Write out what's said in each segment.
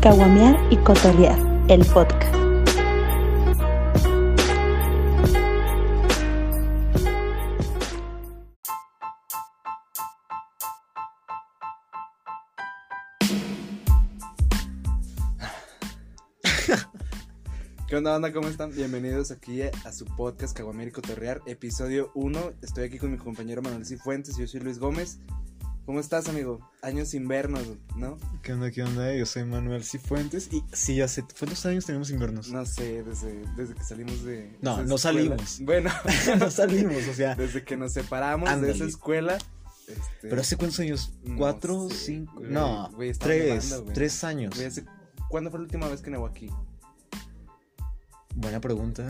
Caguamear y Cotolear, el podcast. ¿Qué onda, banda? ¿Cómo están? Bienvenidos aquí a su podcast Caguamear y Cotorrear, episodio 1. Estoy aquí con mi compañero Manuel Cifuentes, yo soy Luis Gómez. ¿Cómo estás, amigo? Años sin vernos, ¿no? ¿Qué onda, qué onda? Yo soy Manuel Cifuentes y sí, hace ¿cuántos años tenemos sin vernos? No sé, desde, desde que salimos de... No, de esa no escuela. salimos. Bueno, no salimos, o sea, desde que nos separamos de Ándale. esa escuela. este, pero hace cuántos años? No ¿Cuatro, sé, cinco? güey, No, güey, estaba tres, nevando, güey. tres años. güey, hace- ¿Cuándo fue la última vez que nevó aquí? Buena pregunta.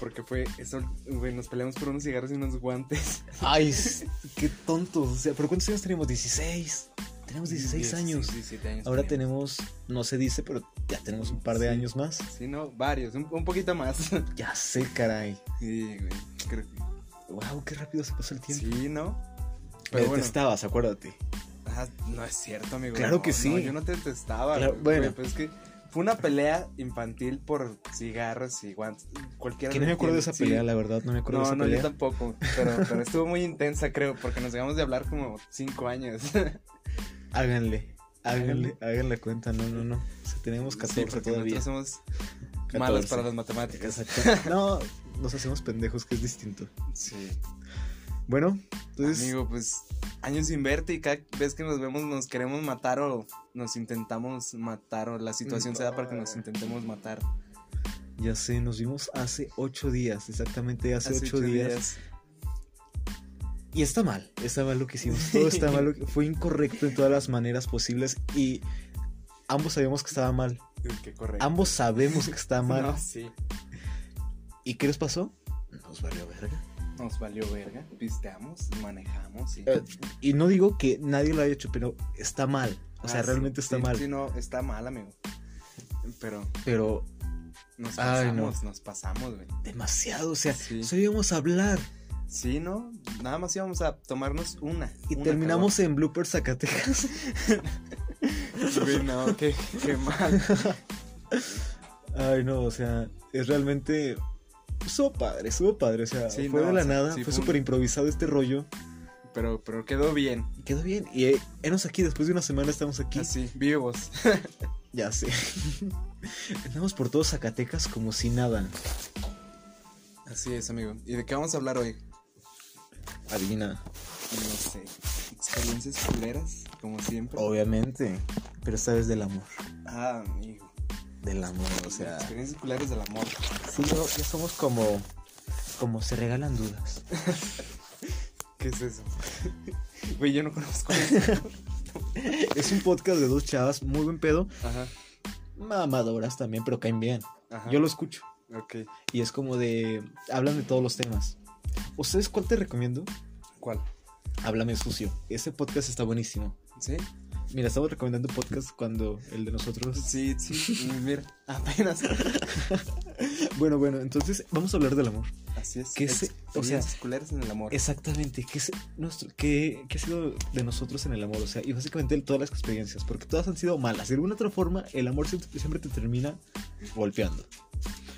Porque fue eso, güey, nos peleamos por unos cigarros y unos guantes. Ay, s- qué tontos, o sea, ¿pero cuántos años tenemos? 16. Tenemos 16 años. 17 años. Ahora teníamos. tenemos, no se dice, pero ya tenemos un par de Sí. años más. Sí, no, varios, un, un poquito más. Ya sé, caray. Sí, güey, creo que... Wow, qué rápido se pasa el tiempo. Sí, ¿no? Me Pero bueno, detestabas, acuérdate. ah, no es cierto, amigo. Claro no, que sí. no, yo no te detestaba. Claro, güey, bueno. güey, pues es que fue una pelea infantil por cigarros y guantes. Cualquiera Que no me acuerdo de esa pelea, la la verdad, no me acuerdo No, de esa no, pelea. yo tampoco. Pero, pero estuvo muy intensa, creo, porque nos dejamos de hablar como cinco años. Háganle, háganle, háganle cuenta, no, no, no. O sea, tenemos 14 Sí, porque todavía. Nosotros somos malos 14. para las matemáticas. Exacto. No, nos hacemos pendejos, que es distinto. Sí. Bueno, entonces, Amigo, pues años sin verte y cada vez que nos vemos nos queremos matar o nos intentamos matar o la situación se da para que nos intentemos matar. ya sé, nos vimos hace 8 días, exactamente hace 8 ocho días. Y está mal, está mal lo que hicimos, todo está mal, lo que- fue incorrecto en todas las maneras posibles y ambos sabíamos que estaba mal, días. Qué correcto. ambos sabemos que está mal. No, sí. ¿Y qué les pasó? Nos valió verga. Nos valió verga. Pisteamos, manejamos. Y... Eh, y no digo que nadie lo haya hecho, pero está mal, o sea, Ah, sí, realmente está sí, mal, Sí, no, está mal, amigo. Pero pero nos Ay, pasamos, nos pasamos, güey. demasiado, o sea, Sí. solo íbamos a hablar Sí, ¿no? Nada más íbamos a tomarnos una. y una terminamos en bloopers Zacatecas. caguama. Güey, no, qué, qué mal. Ay, no, o sea, es realmente estuvo padre, estuvo padre, o sea, Sí, fue no, de la o sea, nada, sí, fue fue un- súper improvisado este rollo Pero, pero quedó bien. y quedó bien. Y eh, enos aquí, después de una semana estamos aquí. Así, vivos. Ya sé. Andamos por todo Zacatecas como si nada. Así es, amigo. ¿Y de qué vamos a hablar hoy? Adivina, No sé. Experiencias culeras, como siempre. Oh. obviamente, pero sabes del amor, Ah, amigo. del amor, o sea, Experiencias culeras del amor. sí, no, ya somos como como se regalan dudas. ¿Qué es eso? Güey, yo no conozco eso. Es un podcast de dos chavas, muy buen pedo. Ajá. mamadoras también, pero caen bien. Ajá. Yo lo escucho. Ok. Y es como de. Hablan de todos los temas. ¿Ustedes cuál te recomiendo? ¿Cuál? Háblame sucio. Ese podcast está buenísimo. ¿Sí? Mira, estamos recomendando podcast cuando el de nosotros. Sí, sí. Mm, Mira, apenas. Bueno, bueno, entonces vamos a hablar del amor. Así es. ¿Qué se- o sea, Experiencias culeras en el amor. Exactamente. ¿Qué, es nuestro, qué, qué ha sido de nosotros en el amor? O sea, y básicamente todas las experiencias, porque todas han sido malas. De alguna otra forma, el amor siempre, siempre te termina golpeando.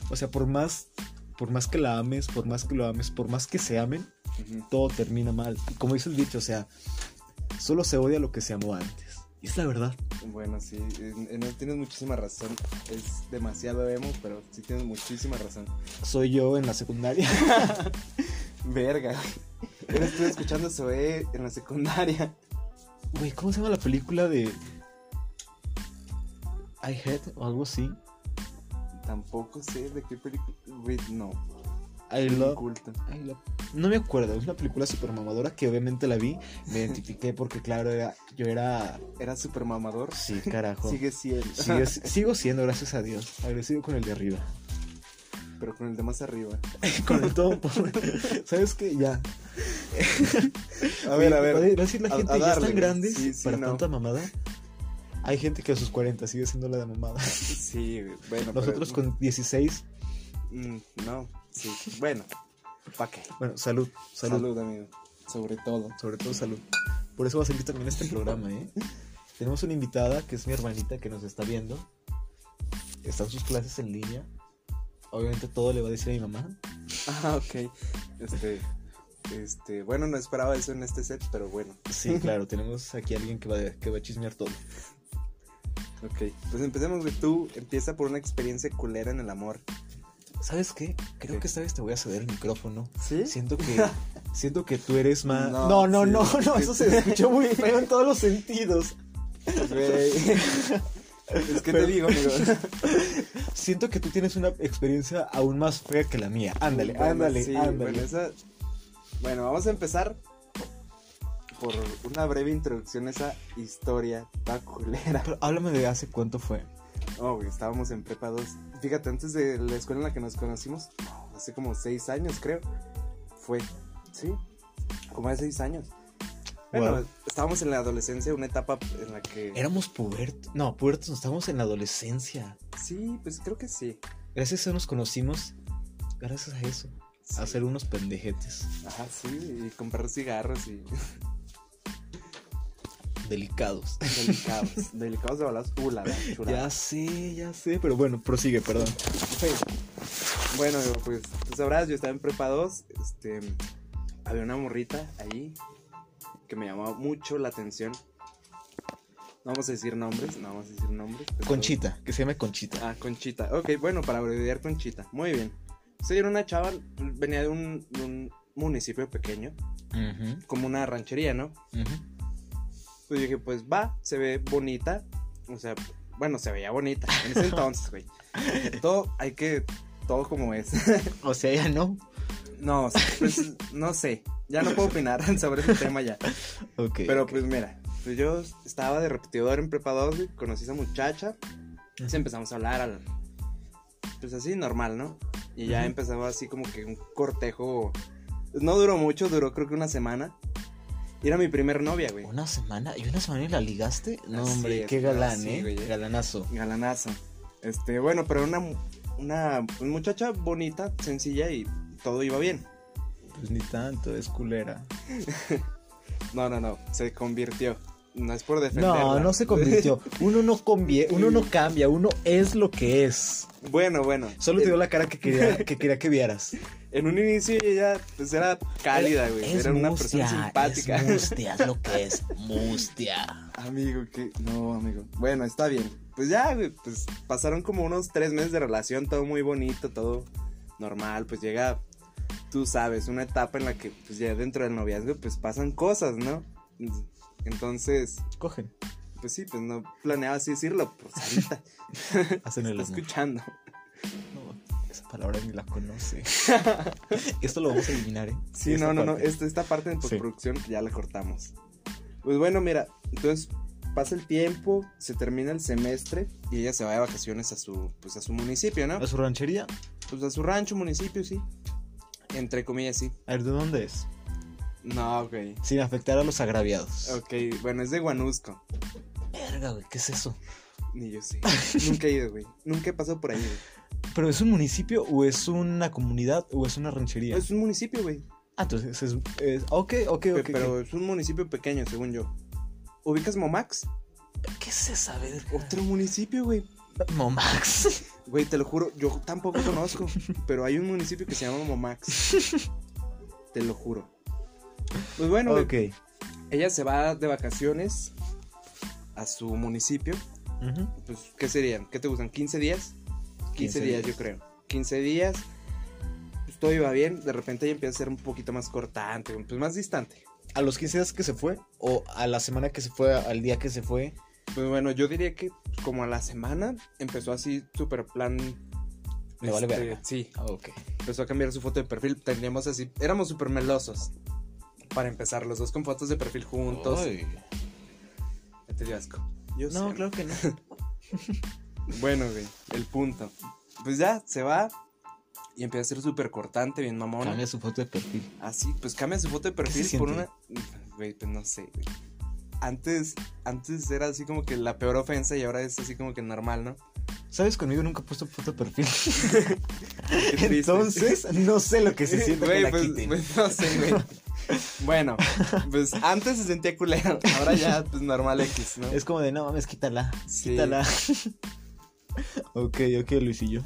O sea, por más, por más que la ames, por más que lo ames, por más que se amen, Ujú. todo termina mal. Y como dice el dicho, o sea, solo se odia lo que se amó antes. Y es la verdad. Bueno, sí. en- en- tienes muchísima razón. Es demasiado emo, pero sí tienes muchísima razón. Soy yo en la secundaria. Verga. Yo no estuve escuchando Zoé en la secundaria. Güey, ¿cómo se llama la película de I Hate o algo así? Tampoco sé de qué película. Güey, no. Soy I Love. inculto. I love- No me acuerdo, es una película super mamadora que obviamente la vi, me identifiqué porque claro, era, yo era... Era super mamador. Sí, carajo. Sigue siendo. Sigue- sigo siendo, gracias a Dios, agradecido con el de arriba. Pero con el de más arriba. Con el todo. ¿Sabes qué? Ya, A ver, a Va ver. a decir la A- gente, a ya darle, están güey. grandes Sí, sí, para no. tanta mamada. Hay gente que a sus 40 sigue siendo la de mamada. Sí, güey, bueno. Nosotros pero- con 16. Mm, no, sí. Bueno, ¿pa' qué? Bueno, salud, Salud. salud. amigo. Sobre todo. Sobre todo salud. Por eso va a salir también este programa, ¿eh? Tenemos una invitada que es mi hermanita que nos está viendo. Están sus clases en línea. Obviamente todo le va a decir a mi mamá. Ah, ok. Este, este, bueno, no esperaba eso en este set, pero bueno. Sí, claro, tenemos aquí a alguien que va, a- que va a chismear todo. Ok, pues empecemos, güey. Tú empieza por una experiencia culera en el amor. ¿Sabes qué? Creo ¿Qué? que esta vez te voy a ceder el micrófono. ¿Sí? Siento que, siento que tú eres más... No, No, no, sí. no, no, eso se escuchó muy feo en todos los sentidos. Güey. es que te Pero- digo, amigo. Siento que tú tienes una experiencia aún más fea que la mía. Ándale, Bueno, ándale, sí, ándale. Bueno, esa- bueno, vamos a empezar por una breve introducción a esa historia tan culera. Pero háblame de hace cuánto fue. Oh, güey, estábamos en prepa 2. Fíjate, antes de la escuela en la que nos conocimos, hace como 6 años, creo. Fue, sí, como hace 6 años. Bueno, Wow. estábamos en la adolescencia, una etapa en la que. Éramos pubertos. No, pubertos, no, estábamos en la adolescencia. Sí, pues creo que sí. Gracias a eso nos conocimos. Gracias a eso. Sí. A ser unos pendejetes. Ajá, sí, y comprar cigarros y. Delicados. delicados. delicados de balas. Uh, la verdad, chulada. Ya sé, ya sé. Pero bueno, prosigue, perdón. Sí. Bueno, digo, pues tú sabrás, yo estaba en prepa 2, este, había una morrita ahí que me llamaba mucho la atención. No vamos a decir nombres, no vamos a decir nombres. pero- Conchita, que se llame Conchita. Ah, Conchita. Ok, bueno, para abreviar Conchita. Muy bien. Sí, era una chava, venía de un, de un municipio pequeño, Ujú, como una ranchería, ¿no? ujú. Pues yo dije, pues va, se ve bonita. O sea, bueno, se veía bonita en ese entonces, güey. Todo, hay que, todo como es. O sea, ya no. No, o sea, pues, no sé. Ya no puedo opinar sobre ese tema ya. Ok. Pero pues mira, pues yo estaba de repetidor en prepa 2, güey, conocí a esa muchacha. Entonces empezamos a hablar, al- pues así normal, ¿no? Y ya Ujú. empezaba así como que un cortejo. No duró mucho, duró creo que una semana. Y era mi primer novia, güey. Una semana. ¿Y una semana y la ligaste? No, Así hombre, es, qué pero galán, así, ¿eh? güey, eh. Galanazo. Galanazo. Este, bueno, pero una, mu- una pues, muchacha bonita, sencilla y todo iba bien. Pues ni tanto, es culera. No, no, no, se convirtió. No es por defenderla. No, no se convirtió. Uno no convie, uno no cambia, uno es lo que es. Bueno, bueno. Solo te dio la cara que quería que, quería que vieras. En un inicio ella pues era cálida, güey. Es Era una mustia, persona simpática. Es mustia, es lo que es. Mustia. amigo, que no, amigo. Bueno, está bien. Pues ya, güey, pues pasaron como unos tres meses de relación, todo muy bonito, todo normal. Pues llega, tú sabes, una etapa en la que pues ya dentro del noviazgo pues pasan cosas, ¿no? Entonces, Cogen. pues sí, pues no planeaba así decirlo, pues ahorita Hacen el está amor. escuchando. No, esa palabra ni la conoce. Esto lo vamos a eliminar, ¿eh? Sí, Esta no, no, no. parte. Esta, esta parte en Sí. postproducción ya la cortamos. Pues bueno, mira, entonces pasa el tiempo, se termina el semestre y ella se va de vacaciones a su, pues a su municipio, ¿no? ¿A su ranchería? Pues a su rancho, municipio, sí. Entre comillas, sí. A ver, ¿de dónde es? No, ok. Sin afectar a los agraviados. Ok, bueno, es de Guanusco. Verga, güey, ¿qué es eso? Ni yo sé. Nunca he ido, güey. Nunca he pasado por ahí, güey. ¿Pero es un municipio o es una comunidad o es una ranchería? Es un municipio, güey. Ah, entonces es... es- ok, ok, ok. Pe- ok. Pero es un municipio pequeño, según yo. ¿Ubicas Momax? ¿Qué es esa verga? Otro municipio, güey. Momax. Güey, te lo juro, yo tampoco conozco, pero hay un municipio que se llama Momax. te lo juro. Pues bueno, güey, ok. ella se va de vacaciones a su municipio. Ujú. Pues, ¿qué serían? ¿Qué te gustan? ¿15 días? 15, 15 días, días. yo creo. 15 días. Pues todo iba bien. De repente ella empieza a ser un poquito más cortante, güey, pues más distante. ¿A los 15 días que se fue? ¿O a la semana que se fue? ¿Al día que se fue? Pues bueno, yo diría que pues, como a la semana empezó así, súper plan. Me vale este, verga. Sí, Ah, ok. empezó a cambiar su foto de perfil. Teníamos así, éramos súper melosos. Para empezar, los dos con fotos de perfil juntos. Ay. Ya Te dio asco. Yo No, sé. claro que no. Bueno, güey, el punto. Pues ya, se va y empieza a ser súper cortante, bien mamona. Cambia su foto de perfil. Así, pues cambia su foto de perfil se por una. siente? Güey, pues no sé, güey. Antes, antes era así como que la peor ofensa y ahora es así como que normal, ¿no? ¿Sabes? Conmigo nunca he puesto foto de perfil. Qué triste. Entonces, no sé lo que se siente Güey, que la pues, quiten. pues, no sé, güey. Bueno, pues antes se sentía culero, ahora ya, pues normal X, ¿no? Es como de, no mames, quítala, Sí. quítala. ok, ok, Luisillo.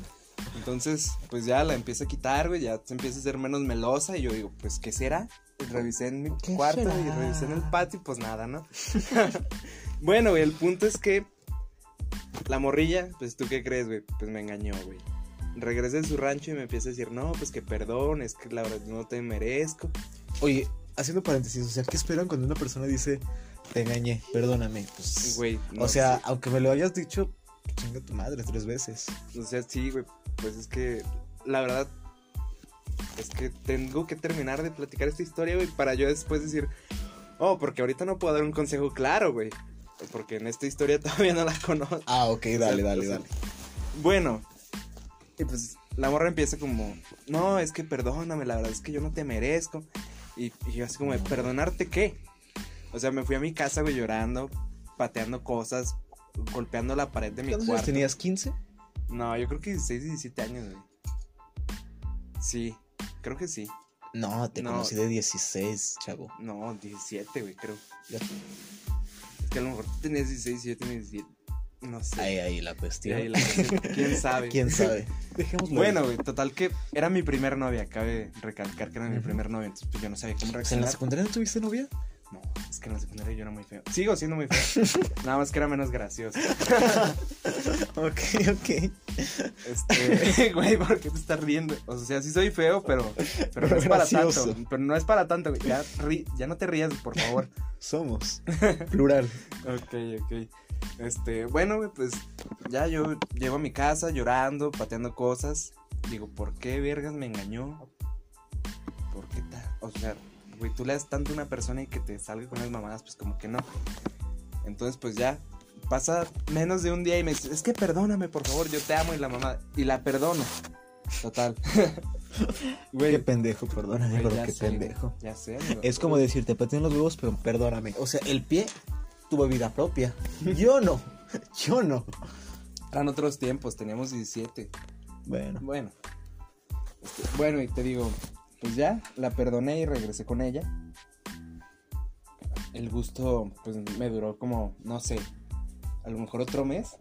Entonces, pues ya la empiezo a quitar, güey, ya se empieza a ser menos melosa y yo digo, pues, ¿qué será? Y Revisé en mi ¿Qué cuarto será? y revisé en el patio y pues nada, ¿no? bueno, güey, el punto es que la morrilla, pues, ¿tú qué crees, güey? Pues me engañó, güey. Regresé a su rancho y me empieza a decir, no, pues que perdón, es que la verdad no te merezco. Oye, haciendo paréntesis, o sea, ¿qué esperan cuando una persona dice, te engañé, perdóname? Pues, Güey, no o sea, sé. aunque me lo hayas dicho, chinga tu madre tres veces. O sea, sí, güey. Pues es que la verdad es que tengo que terminar de platicar esta historia, güey, para yo después decir, oh, porque ahorita no puedo dar un consejo claro, güey. pues Porque en esta historia todavía no la conozco. Ah, ok, dale, dale, o sea, dale. Bueno, y pues la morra empieza como, no, es que perdóname, la verdad es que yo no te merezco. Y, y yo así como, de, ¿perdonarte qué? O sea, me fui a mi casa, güey, llorando, pateando cosas, golpeando la pared de mi ¿Cuántos años cuarto. tenías? ¿15? No, yo creo que 16, 17 años, güey. Sí, creo que sí. No, te No. conocí de 16, chavo. No, 17, güey, creo. Ya- Es que a lo mejor tú tenías 16, 17, 17. No sé. Ahí, ahí la cuestión. Ahí la cuestión, ¿Quién sabe? ¿Quién sabe? Dejémoslo. Bueno, ahí. güey, total que era mi primer novia. Cabe recalcar que era mi Ujú. primer novia. Entonces, pues yo no sabía cómo Pues, ¿en la reaccionar. secundaria no tuviste novia? No, es que en la secundaria yo era muy feo. Sigo siendo muy feo. Nada más que era menos gracioso. Ok, ok. Este, güey, ¿por qué te estás riendo? O sea, sí soy feo, pero, pero no Pero es para gracioso. tanto. Pero no es para tanto, güey. Ya, ri- ya no te rías, por favor. Somos. Plural. Ok, ok. Este, bueno, güey, pues ya yo llego a mi casa llorando, pateando cosas. Digo, ¿por qué vergas me engañó? ¿Por qué tal? O sea, güey, tú le das tanto a una persona y que te salga con las mamadas, pues como que no. Entonces, pues ya pasa menos de un día y me dice, es que perdóname, por favor, yo te amo y la mamá, y la perdono. Total. Qué pendejo, perdóname, Güey, pero ya qué sé, pendejo. Ya sé, amigo. Es como decirte, pateo en los huevos, pero perdóname. O sea, el pie tuvo vida propia. Yo no. Yo no. Eran otros tiempos, teníamos 17. Bueno. Bueno. Este, bueno, y te digo, pues ya, la perdoné y regresé con ella. El gusto, pues me duró como, no sé, a lo mejor otro mes.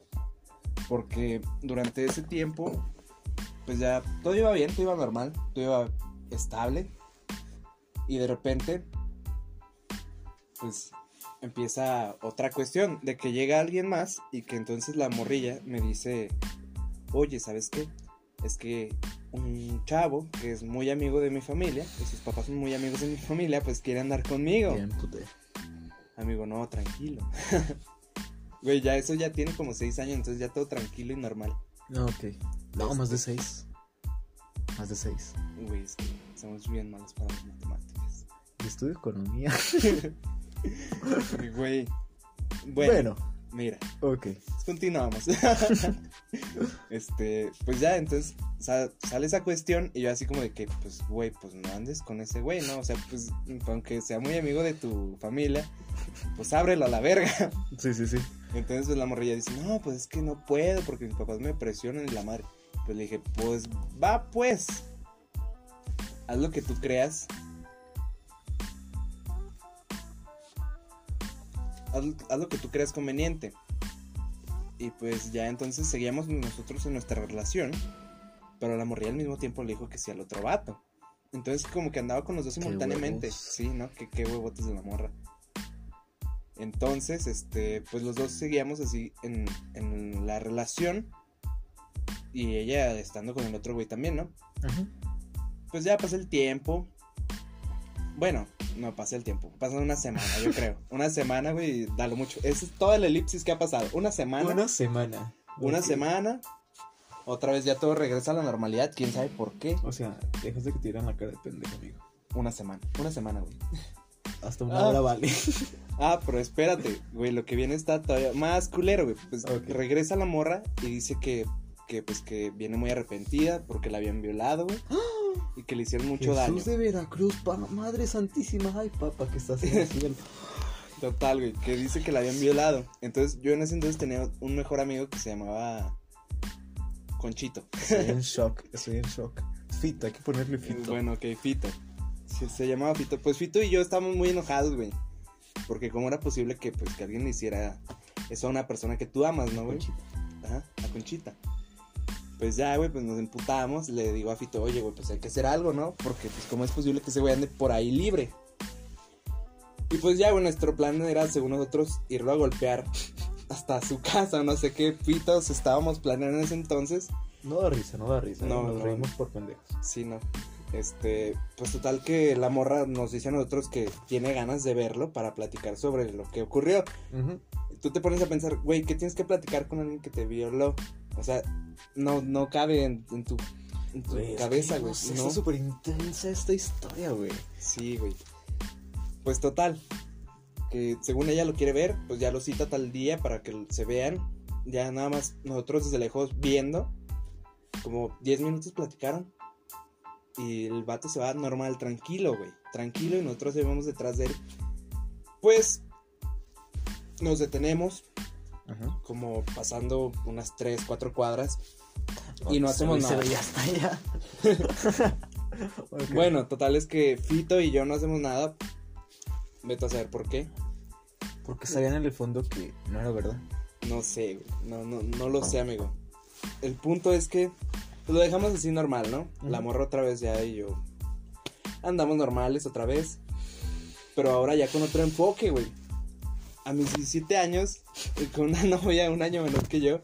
Porque durante ese tiempo, pues ya todo iba bien, todo iba normal, todo iba estable. Y de repente, pues empieza otra cuestión de que llega alguien más y que entonces la morrilla me dice, oye, ¿sabes qué? es que un chavo que es muy amigo de mi familia, y sus papás son muy amigos de mi familia, pues quiere andar conmigo. Bien, pute. Amigo, no, tranquilo. Güey, ya eso ya tiene como seis años, entonces ya todo tranquilo y normal. No, ok. No, más de seis. Más de seis. Güey, es que somos bien malos para las matemáticas. Yo estudio economía. Güey. Bueno, Bueno, mira, ok. Pues continuamos. este, pues ya, entonces sa- sale esa cuestión y yo así como de que, pues, güey, pues no andes con ese güey, ¿no? O sea, pues, aunque sea muy amigo de tu familia, pues ábrelo a la verga. Sí, sí, sí. Entonces pues, la morrilla dice, no, pues es que no puedo porque mis papás me presionan y la madre. Pues le dije, pues va pues. Haz lo que tú creas. Haz, haz lo que tú creas conveniente. Y pues ya entonces seguíamos nosotros en nuestra relación. Pero la morrilla al mismo tiempo le dijo que sí al otro vato. Entonces como que andaba con los dos Qué simultáneamente. huevos. Sí, ¿no? Que qué huevotes de la morra. Entonces, este, pues los dos seguíamos así en, en la relación. Y ella estando con el otro güey también, ¿no? Pues ya pasó el tiempo. Bueno, no pasé el tiempo. Pasó una semana, yo creo. Una semana, güey, y da lo mucho. Esa es toda la elipsis que ha pasado. Una semana. Una semana. Una Ok. semana. Otra vez ya todo regresa a la normalidad. ¿Quién sabe por qué? O sea, dejas de que te tiran la cara de pendejo, amigo. Una semana. Una semana, güey. Hasta una Ah. hora vale. Ah, pero espérate, güey, lo que viene está todavía más culero, güey. Pues Ok. regresa la morra y dice que, que, pues, que viene muy arrepentida porque la habían violado, güey. Y que le hicieron mucho daño. de Veracruz, pa- madre santísima. Ay, papá, que estás en el cielo. Total, güey, que dice que la habían violado. Entonces, yo en ese entonces tenía un mejor amigo que se llamaba Conchito. Estoy en shock, estoy en shock. Fito, hay que ponerle fito. Bueno, Eh, ok, Fito. Se, se llamaba Fito. Pues Fito y yo estábamos muy enojados, güey. Porque cómo era posible que, pues, que alguien le hiciera eso a una persona que tú amas, ¿no, güey? Ajá, a Conchita. Pues ya, güey, pues nos emputábamos. Le digo a Fito, oye, güey, pues hay que hacer algo, ¿no? Porque, pues, ¿cómo es posible que ese güey ande por ahí libre? Y pues ya, güey, nuestro plan era, según nosotros, irlo a golpear hasta su casa. No sé qué pitos estábamos planeando en ese entonces. No da risa, no da risa. No, No, nos no. reímos por pendejos. Sí, no. Este, pues total que la morra nos dice a nosotros que tiene ganas de verlo para platicar sobre lo que ocurrió. Tú te pones a pensar, güey, ¿qué tienes que platicar con alguien que te violó? O sea, no, no cabe en, en tu, en tu Güey, es cabeza, güey. Está ¿no? súper intensa esta historia, güey. Sí, güey. Pues total, que según ella lo quiere ver, pues ya lo cita tal día para que se vean. Ya nada más nosotros desde lejos viendo. Como 10 minutos platicaron. Y el vato se va normal, tranquilo, güey. Tranquilo y nosotros se vamos detrás de él. Pues nos detenemos Ajá. como pasando unas 3, 4 cuadras. Y no hacemos nada. ya está allá. Ok. Bueno, total es que Fito y yo no hacemos nada. Vete a saber por qué. Porque sabían en el fondo que no era verdad. No sé, güey. No, no, no lo sé, amigo. El punto es que lo dejamos así normal, ¿no? La Ujú. morra otra vez ya y yo. Andamos normales otra vez. Pero ahora ya con otro enfoque, güey. A mis 17 años, y con una novia un año menor que yo.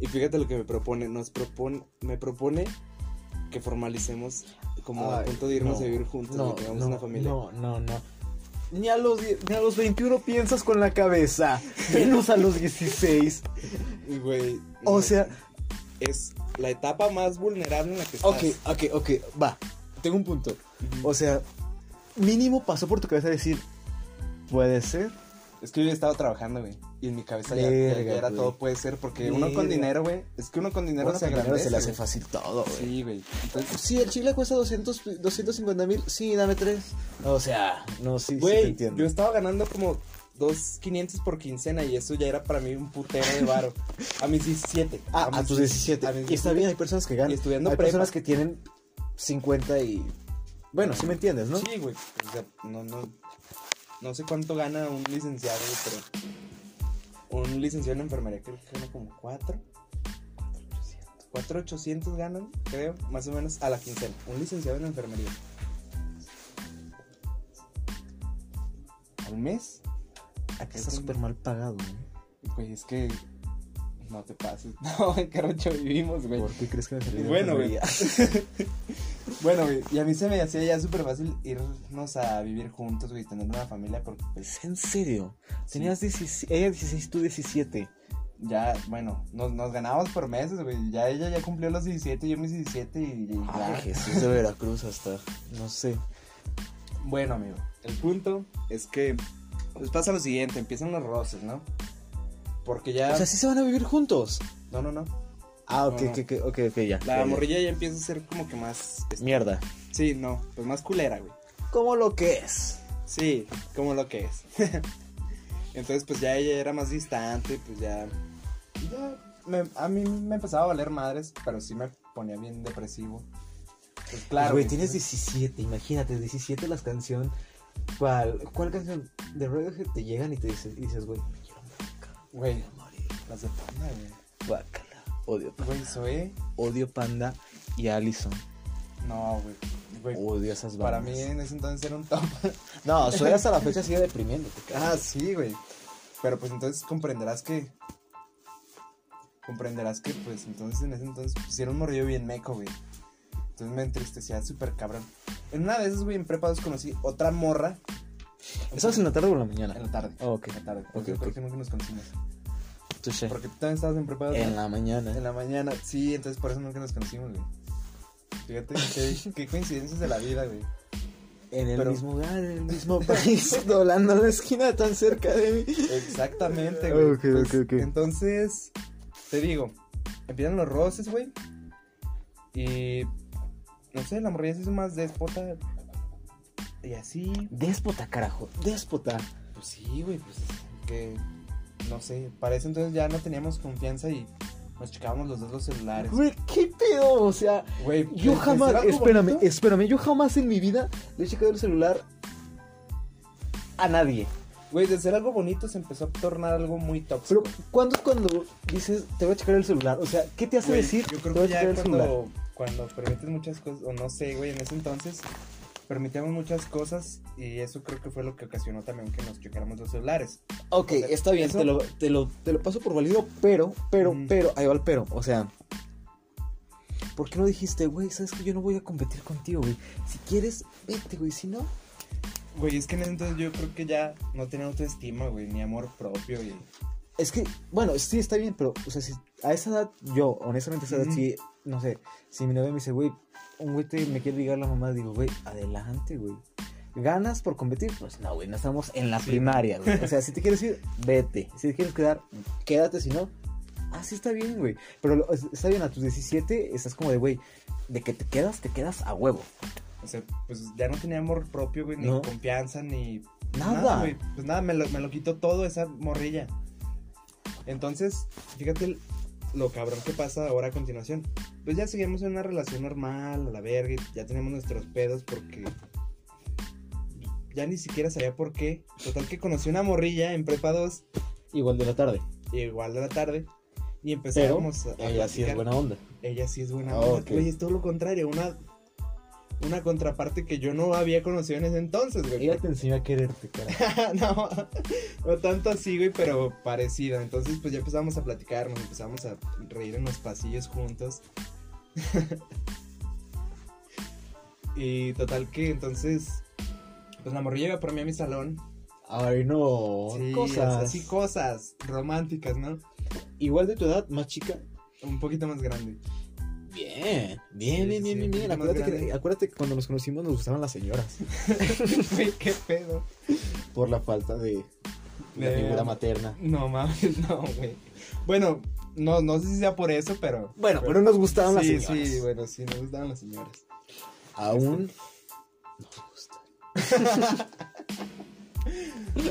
Y fíjate lo que me propone. Nos propone, me propone que formalicemos como a Ay, punto de irnos no, a vivir juntos, No, güey, que hagamos no, una familia. no, no, no. Ni a, los, die- ni a los 21 piensas con la cabeza, menos a los 16. Y, Güey. O no, sea- Es la etapa más vulnerable en la que estás. Ok, ok, ok, va. Tengo un punto. Ujú. O sea, mínimo pasó por tu cabeza decir, puede ser. Es que yo ya estaba trabajando, güey. Y en mi cabeza ya, Verga, ya- ya era güey. todo puede ser. Porque uno con Verga. dinero, güey. Es que uno con dinero Uno se con dinero agradece. se le hace güey. fácil todo, güey. Sí, güey. Entonces, Si el chile cuesta 200, 250 mil, sí, dame tres. O sea, no, sí, sí te güey, entiendo. yo estaba ganando como dos 500 por quincena. Y eso ya era para mí un putero de varo. a mis 17. Ah, a mis tus 17. a mis Y está 17. bien, hay personas que ganan. Y estudiando hay prepa. personas que tienen 50 y. Bueno, sí me entiendes, ¿no? Sí, güey. O sea, no, no. No sé cuánto gana un licenciado, güey, pero. Un licenciado en enfermería creo que gana como 4. 4,800 ganan, creo, más o menos a la quincena. Un licenciado en enfermería. ¿Al mes? está Acá está súper súper mal pagado, güey. Güey, es que. No te pases. No, en qué rocho vivimos, güey. ¿Por qué crees que me Y salió? Bueno, güey. bueno, güey. Y a mí se me hacía ya súper fácil irnos a vivir juntos, güey, tener una familia, porque pues, ¿En serio? Tenías 16, ella 16, tú 17. ya, bueno, nos, nos ganábamos por meses, güey. Ya ella ya cumplió los 17, yo mis 17 y, y ya. Ay, Jesús de Veracruz hasta. No sé. Bueno, amigo, el punto es que, pues pasa lo siguiente, empiezan los roces, ¿no? Porque ya... O sea, sí se van a vivir juntos. no, no, no. Ah, Ah. ok, No, no. ok, ok, ok, ok, ya. La ya, ya. morrilla ya empieza a ser como que más... Mierda. Sí, no, pues más culera, güey. ¿Cómo lo que es? Sí, como lo que es. Entonces, pues ya ella era más distante, pues ya. ya me- a mí me empezaba a valer madres, pero sí me ponía bien depresivo. Pues claro. Güey, tienes 17, imagínate, 17 las canción. ¿Cuál, cuál canción de Radiohead te llegan y te dices, y dices güey, me quiero morir, cabrón, me Güey, quiero morir. las de panda, güey. Guácala. Odio Panda. Güey, Zoé. Odio Panda y Allison. No, güey. Güey, Odio esas para bandas. mí ¿eh? en ese entonces era un top. No, soy hasta la fecha sigue deprimiéndote. ah, sí, güey. Pero pues entonces comprenderás que. Comprenderás que, pues entonces en ese entonces pues, sí era un morrillo bien meco, güey. Entonces me entristecía súper cabrón. En una de esas, güey, en prepa dos conocí otra morra ¿Estabas en la tarde o en la mañana? en la tarde. Ah, ok. En la tarde. Ok, Por eso ok. creo que nunca nos conocimos. Touché. Porque tú también estabas en prepa dos, En ¿no? la mañana. en la mañana. Sí, entonces por eso nunca nos conocimos, güey. Fíjate qué, qué coincidencias de la vida, güey. En el Pero- mismo lugar, en el mismo país, doblando la esquina tan cerca de mí. Exactamente, güey. Ok, Pues, ok, ok. Entonces, te digo, empiezan los roces, güey. Y. No sé, la morrilla se hizo más déspota. Y así. Déspota, carajo. Déspota. Pues sí, güey, pues. Que. No sé, para eso entonces ya no teníamos confianza y. nos checábamos los dos los celulares. Güey, ¿qué pedo? O sea, Güey, yo ¿pues era jamás, algo espérame, bonito? espérame, yo jamás en mi vida le he checado el celular a nadie. Güey, de ser algo bonito se empezó a tornar algo muy tóxico. Pero, ¿cuándo es cuando dices, te voy a checar el celular? O sea, ¿qué te hace Güey, decir, Yo te creo voy a que ya checar el celular? cuando, cuando permites muchas cosas, o no sé, güey, en ese entonces permitíamos muchas cosas y eso creo que fue lo que ocasionó también que nos checáramos los celulares. Ok, está bien, ¿Eso? te lo, te, lo, te lo paso por válido, pero, pero, Mm. pero, ahí va el pero, o sea... ¿Por qué no dijiste, güey, sabes que yo no voy a competir contigo, güey? Si quieres, vete, güey, si no... Güey, es que en ese entonces yo creo que ya no tenía autoestima, güey, ni amor propio. Y... Es que, bueno, sí, está bien, pero, o sea, si a esa edad, yo, honestamente, a esa edad, Ujú. sí, no sé, si mi novia me dice, güey, un güey te- me quiere ligar la mamá, digo, güey, adelante, güey. ¿Ganas por competir? Pues no, güey, no estamos en la primaria, güey. O sea, si te quieres ir, vete. Si te quieres quedar, quédate, si no, así está bien, güey. Pero lo- es- está bien, a tus 17 estás como de, güey, de que te quedas, te quedas a huevo. O sea, pues ya no tenía amor propio, güey, ni No. confianza, ni Nada. güey. Pues nada, me lo, me lo quitó todo esa morrilla. Entonces, fíjate el- lo cabrón que pasa ahora a continuación. Pues ya seguimos en una relación normal, a la verga, y ya tenemos nuestros pedos porque ya ni siquiera sabía por qué. Total que conocí una morrilla en prepa 2, Igual de la tarde. igual de la tarde, y Pero, empezamos a, a ella sí es platicar. buena onda. Ella sí es buena. Ah, onda, ok. Güey, es todo lo contrario. Una, una contraparte que yo no había conocido en ese entonces, güey. Ella te enseñó a quererte, cara. no, no tanto así, güey, pero parecida. Entonces, pues ya empezamos a platicar, nos empezamos a reír en los pasillos juntos. y total que entonces, pues la morrilla iba por mí a mi salón. Ay, no. Sí, Oh, cosas. Así cosas románticas, ¿no? Igual de tu edad, más chica. Un poquito más grande. Bien, bien, Sí, sí, bien, bien, sí, bien, bien. un poquito más Acuérdate que, grande. acuérdate que cuando nos conocimos nos gustaban las señoras. Güey, qué pedo. Por la falta de, de De- figura materna. No mames, no, güey. Bueno, no, no sé si sea por eso, pero. Bueno, pero nos gustaban sí, las señoras. sí, bueno, sí, nos gustaban las señoras. Aún nos gusta.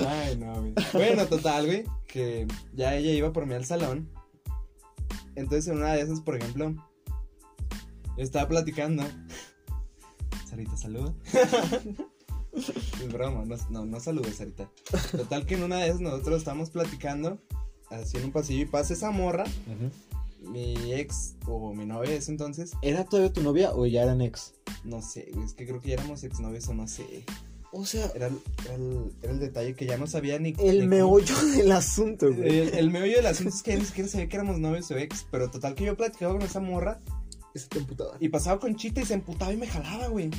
Ay, no, güey. Bueno, total, güey, que ya ella iba por mí al salón. Entonces, en una de esas, por ejemplo, yo estaba platicando. Sarita, saluda. es broma, no, no, no saludes, Sarita. Total, que en una de esas nosotros estábamos platicando, así en un pasillo, y pasa esa morra, mi ex o mi novia de ese entonces, ¿Era todavía tu novia o ya eran ex? No sé, güey, es que creo que ya éramos exnovios o no sé. O sea, Era el, era el- era el detalle que ya no sabía ni. el Eh, ni meollo del asunto, cómo- güey. El, el meollo del asunto es que ya ni siquiera sabía que éramos novios o ex. Pero total que yo platicaba con esa morra Ese te emputaba. y pasaba con chita y se emputaba y me jalaba, güey.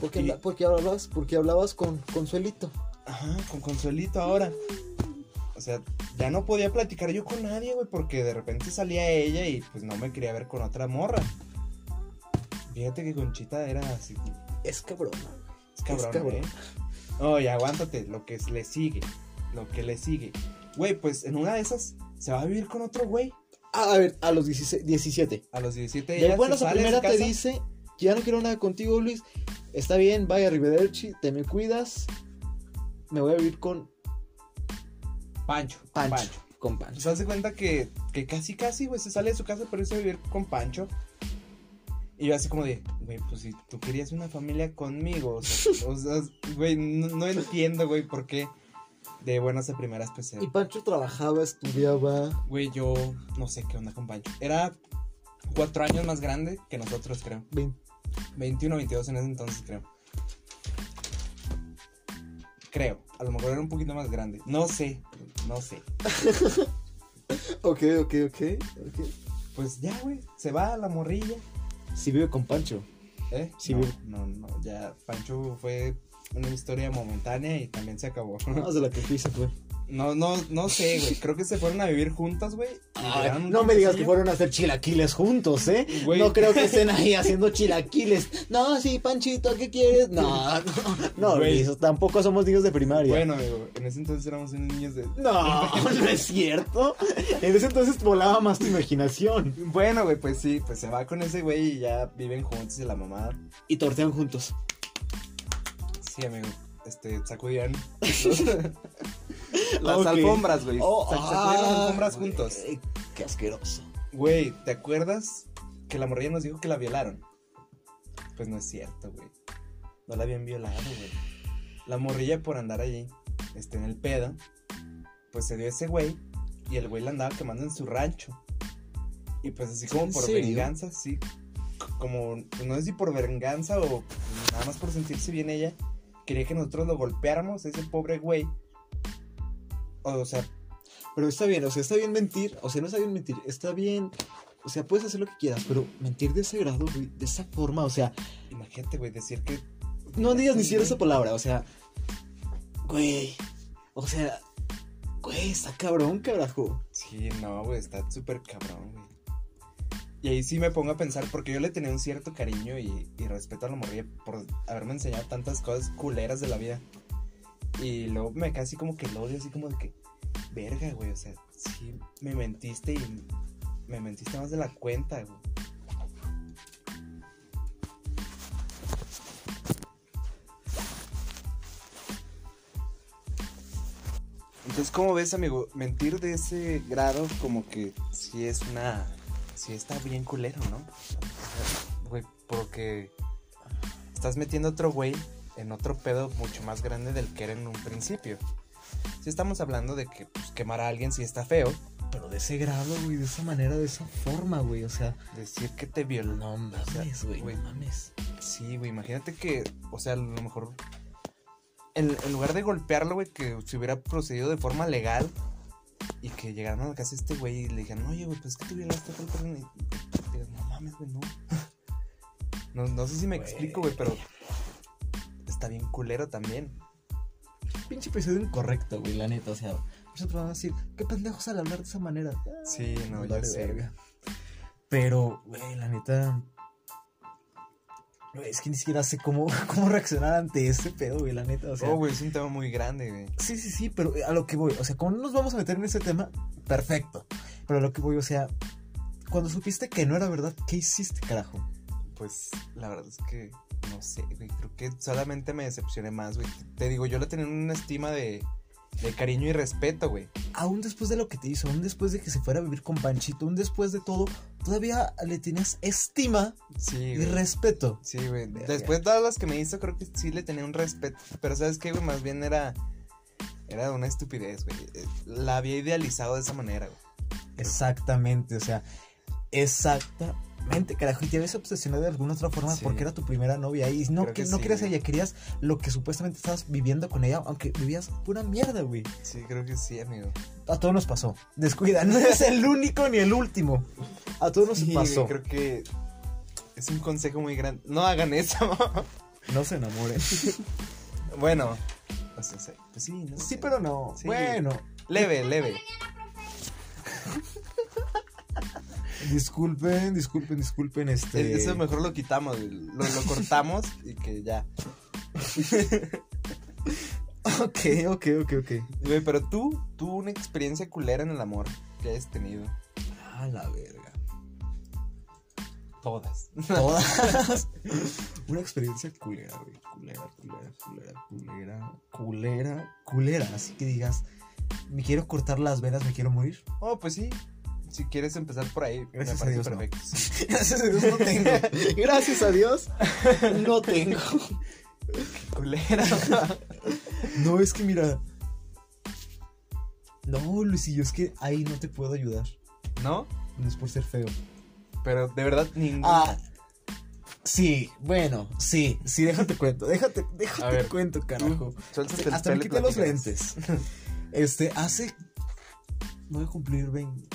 ¿Por qué, y- habla- por qué hablabas? Porque hablabas con Consuelito. Ajá, con Consuelito ahora. O sea, ya no podía platicar yo con nadie, güey, porque de repente salía ella y pues no me quería ver con otra morra. Fíjate que Conchita era así. Es cabrón. Es cabrón, Es cabrón. ¿eh? Oye, aguántate, lo que le sigue, lo que le sigue. Güey, pues en una de esas se va a vivir con otro güey. Ah, a ver, a los 16 17. A los 17 De ella buenas se a sale de primera su te casa. dice, ya no quiero nada contigo, Luis. Está bien, vaya Rivederci, te me cuidas. Me voy a vivir con Pancho, Pancho. Pancho. Con Pues Pancho. hace cuenta que, que casi, casi, güey, se sale de su casa pero irse a vivir con Pancho. Y yo así como de, güey, pues si tú querías una familia conmigo, o sea, o sea, güey, no, no entiendo, güey, por qué de buenas a primeras pues se- Y Pancho trabajaba, estudiaba. Güey, yo no sé qué onda con Pancho. Era cuatro años más grande que nosotros, creo. Ven. 21 22 en ese entonces, creo. Creo. A lo mejor era un poquito más grande. No sé. No sé. Ok, ok, ok. ok. Pues ya, güey. Se va a la morrilla. Sí vive con Pancho. ¿Eh? Sí, no, güey. no, no. Ya, Pancho fue una historia momentánea y también se acabó. Más de la que hice fue. No, no, no sé, güey. Creo que se fueron a vivir juntos, güey. y llegaron a un no me digas que castillo. fueron a hacer chilaquiles juntos, ¿eh? Güey. No creo que estén ahí haciendo chilaquiles. No, sí, Panchito, ¿qué quieres? No, no, no, Güey. Luis, tampoco somos niños de primaria. Bueno, amigo, en ese entonces éramos unos niños de No, no es cierto. En ese entonces volaba más tu imaginación. Bueno, güey, pues sí, pues se va con ese güey y ya viven juntos y la mamá. Y tortean juntos. Sí, amigo. Este, sacudían las Ok. alfombras, güey. Oh, Sac- sacudían las ah, alfombras güey, juntos. Eh, Qué asqueroso. Güey, ¿te acuerdas que la morrilla nos dijo que la violaron? Pues no es cierto, güey. No la habían violado, güey. La morrilla por andar allí, este, en el pedo, pues se dio ese güey y el güey la andaba quemando en su rancho. Y pues así como ¿En por serio? venganza, sí. c- Como, pues, no sé si por venganza o nada más por sentirse bien ella, quería que nosotros lo golpeáramos, ese pobre güey. O sea, Pero está bien, o sea, está bien mentir, o sea, no está bien mentir, está bien, o sea, puedes hacer lo que quieras, pero mentir de ese grado, güey, de esa forma, o sea, imagínate, güey, decir que no digas ni siquiera esa palabra, o sea, güey, o sea, güey, está cabrón, carajo. Sí, no, güey, está súper cabrón, güey. Y ahí sí me pongo a pensar, porque yo le tenía un cierto cariño y, y respeto a la morrilla por haberme enseñado tantas cosas culeras de la vida. Y luego me casi como que lo odio, así como de que, verga, güey, o sea, sí, me mentiste y me mentiste más de la cuenta, güey. Entonces, ¿cómo ves, amigo? Mentir de ese grado como que sí es una... Sí está bien culero, ¿no? Güey, porque estás metiendo a otro güey en otro pedo mucho más grande del que era en un principio. Si estamos hablando de que pues, quemar a alguien sí está feo, Pero de ese grado, güey, de esa manera, de esa forma, güey, o sea, decir que te violó. no mames, güey, no mames. Sí, güey, imagínate que, o sea, a lo mejor... En, en lugar de golpearlo, güey, que se hubiera procedido de forma legal y que llegaran a la casa de este güey y le dijeran, oye, güey, pues es que tú violaste a tal persona", y digas, no mames, güey, no. no. no sé si me Güey. explico, güey, pero está bien culero también. Pinche episodio incorrecto, güey, la neta, o sea, nosotros vamos a decir, qué pendejos al hablar de esa manera. Sí, no, Vale ya sé. verga. Pero, güey, la neta. güey, es que ni siquiera sé cómo, cómo reaccionar ante este pedo, güey, la neta. O sea, oh, güey, es un tema muy grande, güey. sí, sí, sí, pero a lo que voy. O sea, como no nos vamos a meter en ese tema, perfecto. Pero a lo que voy, o sea, cuando supiste que no era verdad, ¿qué hiciste, carajo? Pues la verdad es que no sé, güey. Creo que solamente me decepcioné más, güey. Te digo, yo le tenía una estima de, de cariño y respeto, güey. Aún después de lo que te hizo, aún después de que se fuera a vivir con Panchito, aún después de todo, todavía le tenías estima Sí, y güey. respeto. Sí, güey. Verga. Después de todas las que me hizo, creo que sí le tenía un respeto. Pero sabes qué, güey, más bien era. Era una estupidez, güey. Eh, La había idealizado de esa manera, güey. Exactamente, o sea, exactamente, carajo. Y te habías obsesionado de alguna otra forma Sí. porque era tu primera novia y no, Creo que, que no sí, querías a güey. ella, querías lo que supuestamente estabas viviendo con ella, aunque vivías pura mierda, güey. Sí, creo que sí, amigo. A todos nos pasó. Descuida, no es el único ni el último. A todos nos Sí, güey, pasó. creo que es un consejo muy grande. No hagan eso. No se enamoren. bueno, o sea, sí, pues sí, no Sí, sé. pero no. Sí. Bueno, Leve, leve. disculpen, disculpen, disculpen. Este... E-, Eso mejor lo quitamos, güey. lo, lo cortamos y que ya. Ok, ok, ok, ok. Güey, pero tú, tú una experiencia culera en el amor que hayas tenido. A la verga. Todas. Todas. Una experiencia culera, güey. Culera, culera, culera, culera, culera, culera. Así que digas, me quiero cortar las venas, me quiero morir. Oh, pues sí. Si quieres empezar por ahí, Gracias a me parece Dios, no. perfecto. sí. Gracias a Dios no tengo. Gracias a Dios no tengo. Culera. No, es que mira. No, Luisillo, es que ahí no te puedo ayudar. ¿No? No es por ser feo. Pero de verdad ninguna. Ah. Sí, bueno, sí, sí, déjate cuento, déjate, déjate ver, cuento, carajo. Suéltate Hasta, el hasta me pelo y quité los platícanos. lentes. Este, hace. Voy a cumplir 20.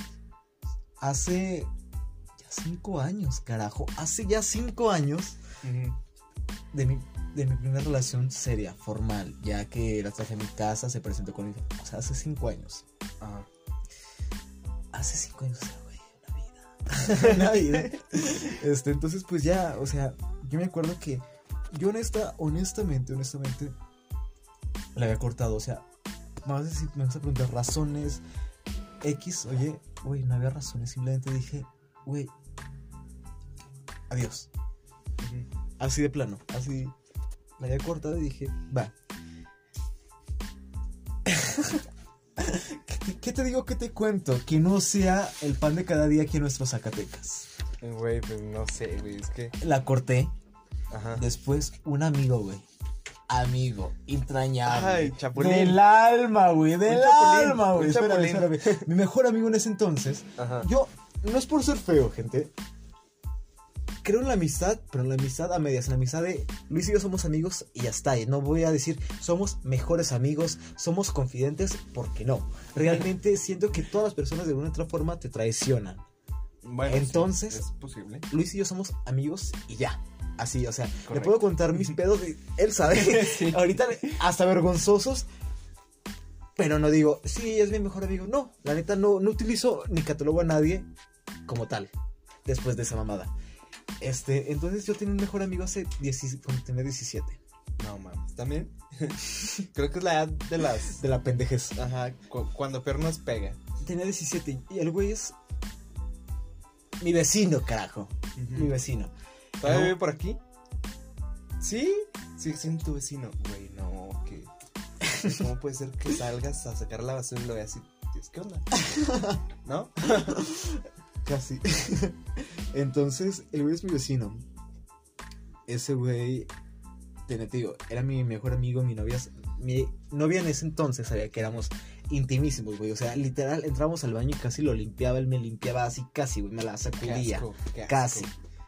Hace. Ya 5 años, carajo. Hace ya 5 años Ujú. de mi, de mi primera relación seria, formal. Ya que la traje a mi casa, se presentó con ella. O sea, hace 5 años. Ajá. Hace 5 años, o sea, güey, la vida. la vida. Este, entonces, pues ya, o sea, yo me acuerdo que. Yo, honesta, honestamente, honestamente. La había cortado, o sea, me vas a, decir- me vas a preguntar razones X, oye, güey, no había razones, simplemente dije, güey, adiós. Ujú. Así de plano, así. La había cortado y dije, va. Qué ¿Qué- ¿Qué te digo que te cuento? Que no sea el pan de cada día aquí en nuestros Zacatecas. Eh, Güey, pues no sé, güey, es que. La corté. Ajá. Después, un amigo, güey. Amigo, entrañable. Ay, chapulín. Del alma, güey. Del chapulín, alma, güey. un Espérame, chapulín. espérame. Mi mejor amigo en ese entonces. Ajá. Yo, no es por ser feo, gente. Creo en la amistad, pero en la amistad a medias. En la amistad de Luis y yo somos amigos y ya está. ahí. no voy a decir somos mejores amigos, somos confidentes, porque no. Realmente siento que todas las personas de una u otra forma te traicionan. Bueno, Entonces- sí, Es posible. Luis y yo somos amigos y ya. Así, o sea, le Correcto. puedo contar mis pedos y él sabe. Sí. Ahorita le- hasta vergonzosos. Pero no digo, sí, es mi mejor amigo. No, la neta no, no utilizo ni catalogo a nadie como tal. Después de esa mamada. Este, entonces yo tenía un mejor amigo hace 10, cuando tenía 17. No mames. También. Creo que es la edad de las. De la pendejez. Ajá. cu- cuando peor nos pega. Tenía 17 y el güey es mi vecino, carajo. Mi vecino. ¿Todavía No. vive por aquí? ¿Sí? Sí, siendo tu vecino. Güey, no, que. ¿Cómo puede ser que salgas a sacar la basura y lo veas y dices, ¿qué onda? ¿No? Casi. Entonces, el güey es mi vecino. Ese güey, te te digo, era mi mejor amigo, mi novia. Mi novia en ese entonces sabía que éramos intimísimos, güey. O sea, literal, entrábamos al baño y casi lo limpiaba, él me limpiaba así, casi, güey, me la Qué sacudía. asco, qué asco. Casi.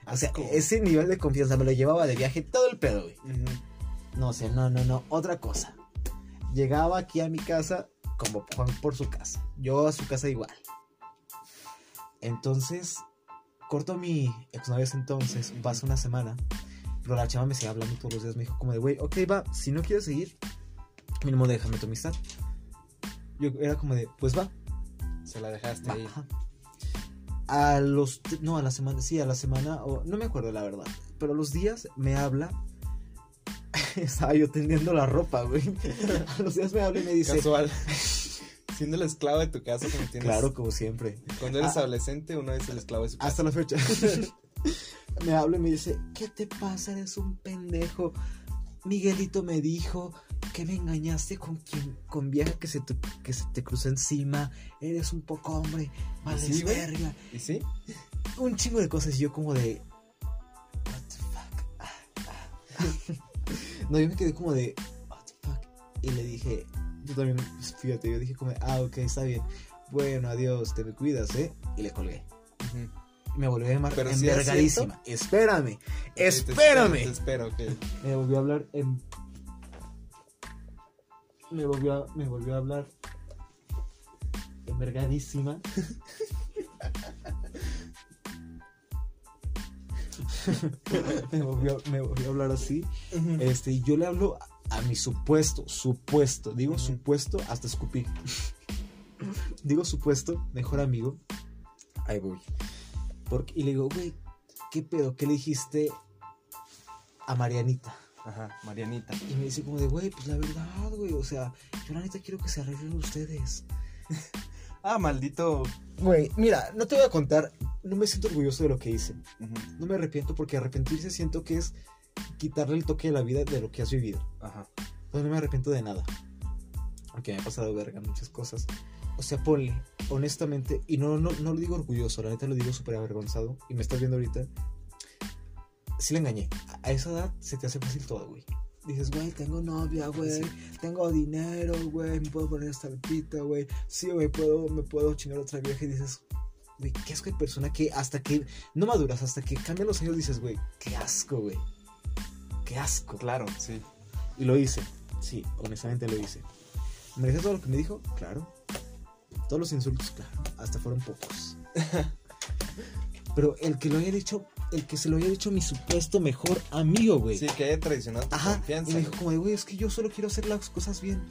O sea, Asco. ese nivel de confianza me lo llevaba de viaje todo el pedo, güey. Ujú. No sé, no, no, no. Otra cosa. Llegaba aquí a mi casa como Juan por su casa. Yo a su casa igual. Entonces, corto a mi exnovia ese entonces, pasa una semana. Pero la chava me seguía hablando todos los días. Me dijo como de, güey, ok, va, si no quieres seguir, mínimo déjame tu amistad. Yo era como de, pues va, Se la dejaste Va, ahí. ajá. A los. t- No, a la semana. Sí, a la semana. o- no me acuerdo la verdad. Pero a los días me habla. Estaba yo tendiendo la ropa, güey. A los días me habla y me dice. Casual. Siendo el esclavo de tu casa cuando tienes. Claro, como siempre. Cuando eres Ah. adolescente, uno es el esclavo de su casa. Hasta la fecha. me habla y me dice: ¿Qué te pasa? Eres un pendejo. Miguelito me dijo que me engañaste con quien con vieja que se te, que se te cruzó encima. Eres un poco hombre. Vales ¿Ah, sí, güey? verga. ¿Y sí? un chingo de cosas y yo como de what the fuck Ah, ah. no yo me quedé como de what the fuck y le dije yo también pues, fíjate yo dije como de, ah ok está bien bueno adiós te me cuidas eh y le colgué Ujú. me volvió a llamar Pero sí era envergadísima espérame Sí, te espérame espero, Te espero, me volvió a hablar en... Me volvió a, me volvió a hablar envergadísima. me, volvió, me volvió a hablar así. ok. Ujú. Este, y yo le hablo a, a mi supuesto, supuesto, digo Ujú. supuesto hasta escupí. digo supuesto, mejor amigo. Ahí voy. Porque, y le digo, güey, ¿qué pedo? ¿Qué le dijiste a Marianita? Ajá, Marianita. Y me dice como de, güey, pues la verdad, güey, o sea, yo la neta quiero que se arreglen ustedes. Ah, maldito. Güey, mira, no te voy a contar, no me siento orgulloso de lo que hice. Ujú. No me arrepiento porque arrepentirse siento que es quitarle el toque de la vida de lo que has vivido. Ajá. Entonces Pues no me arrepiento de nada. Aunque me ha pasado verga muchas cosas. O sea, ponle, honestamente, y no, no, no lo digo orgulloso, la neta lo digo súper avergonzado, y me estás viendo ahorita. Sí la engañé. A- A esa edad se te hace fácil todo, güey. Dices, güey, tengo novia, güey, tengo dinero, güey, me puedo poner esta pita, güey. Sí, güey, puedo, me puedo chingar otra vieja y dices, güey, qué asco de persona que hasta que no maduras, hasta que cambian los años dices, güey, qué asco, güey. Qué asco. Claro, sí. Y lo hice. Sí, honestamente lo hice. ¿Merecía todo lo que me dijo? Claro. Todos los insultos, claro. Hasta fueron pocos. Pero el que lo haya dicho, el que se lo haya dicho mi supuesto mejor amigo, güey. Sí, que haya traicionado tu Ajá. Y confianza. me dijo güey. como de, güey, es que yo solo quiero hacer las cosas bien.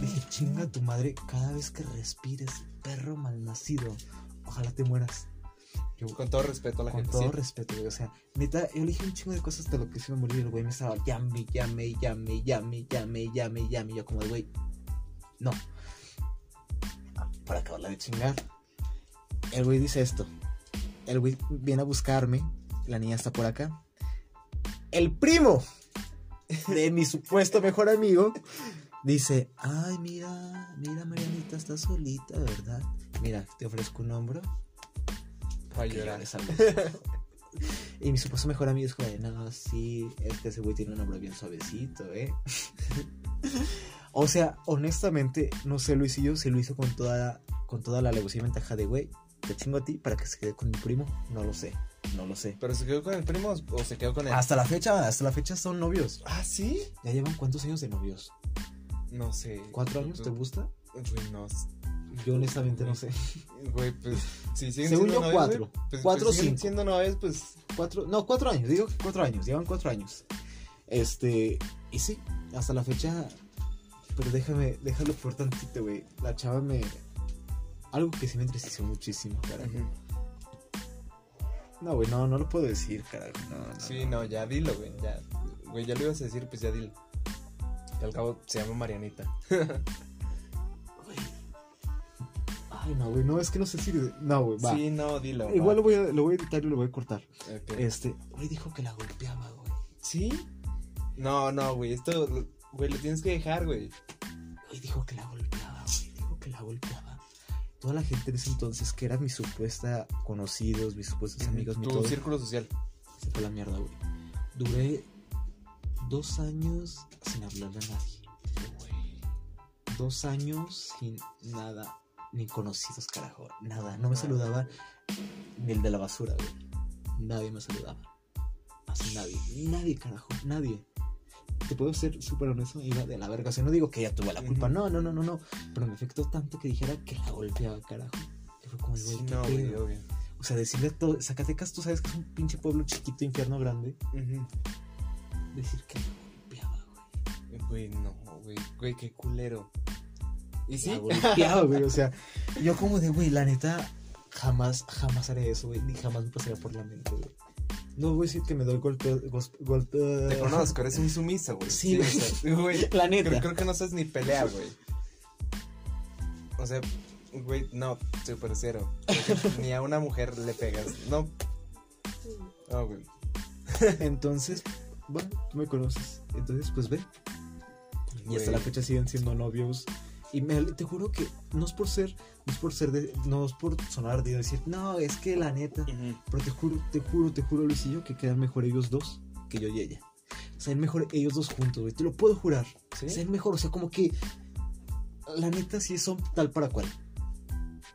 Dije, chinga tu madre cada vez que respires, perro malnacido. Ojalá te mueras. Yo, Con todo respeto a la con gente. todo sí. respeto, güey. O sea, neta, yo le dije un chingo de cosas hasta lo que se me murió. El güey me estaba llame, llame, llame, llame, llame, llame, llame. Y yo, como de güey, no. Para acabarla de chingar. El güey dice esto. El güey viene a buscarme. La niña está por acá. El primo de mi supuesto mejor amigo Dice, ay, mira, mira, Marianita, estás solita, ¿verdad? Mira, te ofrezco un hombro. Para que llorar. llores algo". y mi supuesto mejor amigo es como, de, no, sí, es que ese güey tiene un hombro bien suavecito, ¿eh? o sea, honestamente, no sé, Luisillo se lo hizo con toda, con toda la alevosía y ventaja de, güey, te chingo a ti para que se quede con mi primo. No lo sé, no lo sé. ¿Pero se quedó con el primo o se quedó con el.? Hasta la fecha, hasta la fecha son novios. ¿Ah, sí? ¿Ya llevan cuántos años de novios? No sé. ¿Cuatro años? ¿Te gusta? Güey, no. s- Yo honestamente no sé. Güey, pues. Si siguen Según siendo yo, novios, cuatro. güey, pues- Cuatro pues o siguen cinco. siendo novios, pues. Cuatro, no, cuatro años, digo que cuatro años, llevan cuatro años. Este, y sí, hasta la fecha. Pero déjame, déjalo por tantito, güey. La chava me. Algo que sí me entristeció muchísimo, carajo. No, güey, no, no lo puedo decir, carajo. No, no, Sí, no, ya dilo, güey. Ya. Güey, ya lo ibas a decir, pues ya dilo. Y al cabo se llama Marianita. güey. Ay, no, güey, no, es que no sé si. No, güey, va. Sí, no, dilo. Igual lo va. voy, a, lo voy a editar y lo voy a cortar. Ok. Este, güey dijo que la golpeaba, güey. ¿Sí? No, no, güey. Esto, güey, lo tienes que dejar, güey. Güey, dijo que la golpeaba, güey. Dijo que la golpeaba. Toda la gente en ese entonces, que eran mis supuestas conocidos, mis supuestos amigos, mi tu todo, círculo social. se fue a la mierda, güey. Duré dos años sin hablarle a nadie. Dos años sin nada, ni conocidos, carajo. Nada, no me saludaba ni el de la basura, güey. Nadie me saludaba. Así nadie, nadie, carajo, nadie. Te puedo ser súper honesto, iba de la verga. O sea, no digo que ella tuvo la culpa, Ujú. no, no, no, no, no. Pero me afectó tanto que dijera que la golpeaba, carajo. Que fue como, güey, Sí, ¿qué no, güey, pedo? obvio. O sea, decirle a todo. Zacatecas, tú sabes que es un pinche pueblo chiquito, infierno grande. Ujú. Decir que la golpeaba, güey. Güey, no, güey. Güey, qué culero. ¿Y La sí? golpeaba, güey. O sea, yo como de, güey, la neta, jamás, jamás haré eso, güey. Ni jamás me pasaría por la mente, güey. No voy a decir que me doy golpe. gos- golpe Te conozco, eres un sumiso, güey. Sí, o güey. sea, güey. La neta. Creo, creo que no sabes ni pelear, güey. O sea, güey, no, super cero. Ni a una mujer le pegas. No. No, güey. Entonces, bueno, tú me conoces. Entonces, pues ve. Y hasta Güey. la fecha siguen siendo novios. Y me, te juro que no es por ser, no es por ser, de- no es por sonar ardido y decir, no, es que la neta. Pero te juro, te juro, te juro, Luisillo, que quedan mejor ellos dos que yo y ella. O sea, es mejor ellos dos juntos, güey. Te lo puedo jurar. O sea, ¿Sí? es mejor. O sea, como que la neta sí son tal para cual.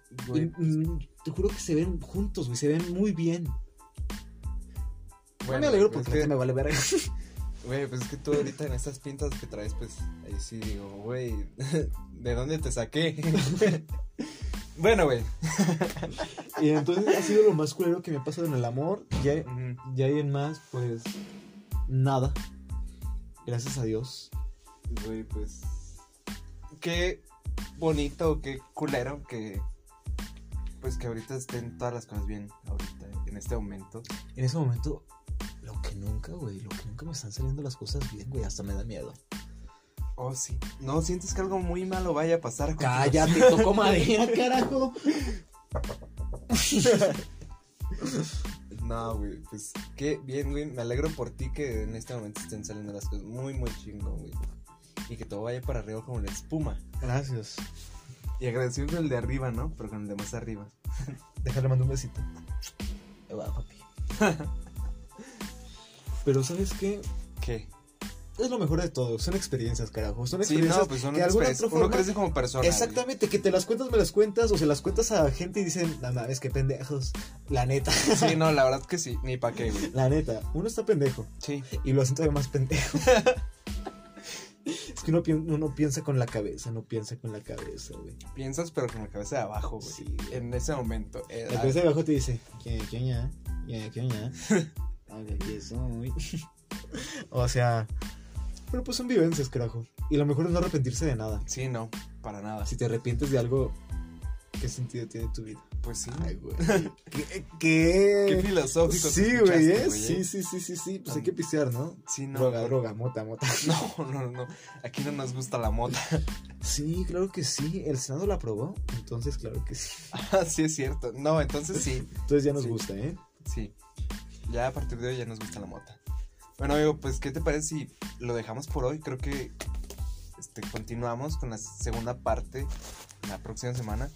Y, Güey, mm, te juro que se ven juntos, güey. Se ven muy bien. no bueno, me alegro pues porque es la neta que- me vale verga. Güey, pues es que tú ahorita en estas pintas que traes, pues ahí sí digo, güey, ¿de dónde te saqué? bueno, güey. Y entonces ha sido lo más culero que me ha pasado en el amor. Ya, Ujú. ya hay en más, pues. Nada. Gracias a Dios. Güey, pues. Qué bonito, qué culero que. Pues que ahorita estén todas las cosas bien, ahorita, en este momento. En ese momento, lo que nunca, güey. Lo que nunca me están saliendo las cosas bien, güey. Hasta me da miedo. Oh, sí. No, sientes que algo muy malo vaya a pasar. a continuación? Cállate, tocó madera, carajo. No, güey, pues qué bien, güey. Me alegro por ti que en este momento estén saliendo las cosas muy, muy chingón, güey. Y que todo vaya para arriba como la espuma. Gracias. Y agradecido con el de arriba, ¿no? Pero con el de más arriba. Déjale, mando un besito. Ahí va, papi. Pero ¿sabes qué? ¿Qué? Es lo mejor de todo. Son experiencias, carajo. Son Sí, experiencias no, pues son que de alguna express. otra Uno forma- crece como persona. Exactamente, que te las cuentas, me las cuentas, o se las cuentas a gente y dicen, la mames, qué pendejos. La neta, güey. Sí, no, la verdad que sí. Ni pa' qué, güey. la neta. Uno está pendejo Sí. y lo hacen todavía más pendejo. es que uno, pien- uno piensa con la cabeza, no piensa con la cabeza, güey. Piensas, pero con la cabeza de abajo, güey. Sí, güey. En ese momento. eh, La cabeza de abajo te dice, ¿qué, qué oña? ¿Qué, qué oña? Ay, aquí soy. o sea, pero pues son vivencias, carajo. Y lo mejor es no arrepentirse de nada. ah, Sí, no, para nada. Si te arrepientes de algo, ¿qué sentido tiene tu vida? Pues sí. güey. ¿Qué? Qué ¿Qué? filosófico. te Sí, escuchaste, güey, ¿eh? eh. Sí, sí, sí, sí, sí. Pues hay que pisear, ¿no? Sí, no. droga, pero- droga, mota, mota. No, no, no. Aquí no nos gusta la mota. Sí, claro que sí. El Senado la aprobó, entonces claro que sí. Ah, sí, es cierto. No, entonces sí. Entonces ya nos Sí. gusta, ¿eh? Sí. Ya a partir de hoy ya nos gusta la mota. Bueno, amigo, pues, ¿qué te parece si lo dejamos por hoy? Creo que este, continuamos con la segunda parte la próxima semana.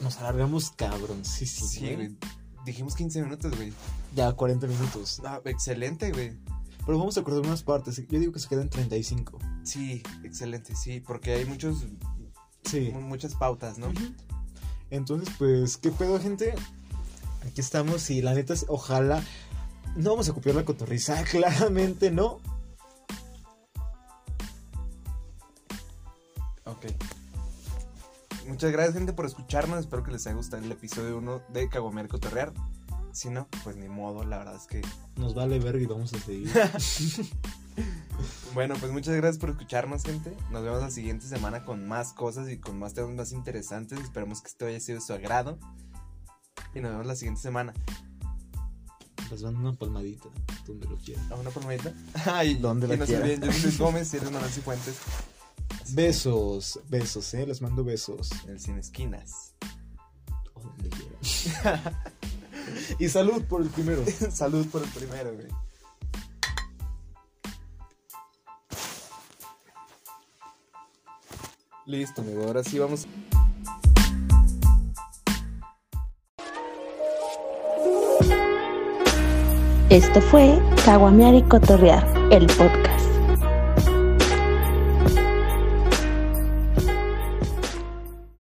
Nos alargamos cabrón, sí, sí. Sí, güey. Dijimos 15 minutos, güey. Ya 40 minutos. Ah, excelente, güey. Pero vamos a cortar unas partes. Yo digo que se quedan 35. Sí, excelente, sí, porque hay muchos, Sí. mu- muchas pautas, ¿no? Entonces, pues, ¿qué pedo, gente? Aquí estamos y la neta, es- ojalá. No vamos a copiar la cotorriza, claramente no. Ok. Muchas gracias, gente, por escucharnos. Espero que les haya gustado el episodio 1 de Cagomer Cotorrear. Si no, pues ni modo, la verdad es que. Nos vale verga y vamos a seguir. Bueno, pues muchas gracias por escucharnos, gente. Nos vemos la siguiente semana con más cosas y con más temas más interesantes. Esperemos que esto haya sido de su agrado. Y nos vemos la siguiente semana. Les mando una palmadita, donde lo quieran. ¿A una palmadita? Ay, Donde y la no se quiera. olviden, yo soy Luis Gómez y eres Manuel Cifuentes Besos, besos, eh. Les mando besos. en el Cine Esquinas. O donde quieran. y salud por el primero. Salud por el primero, güey. Listo, amigo. Ahora sí vamos. Esto fue Caguamear y Cotorrear, el podcast.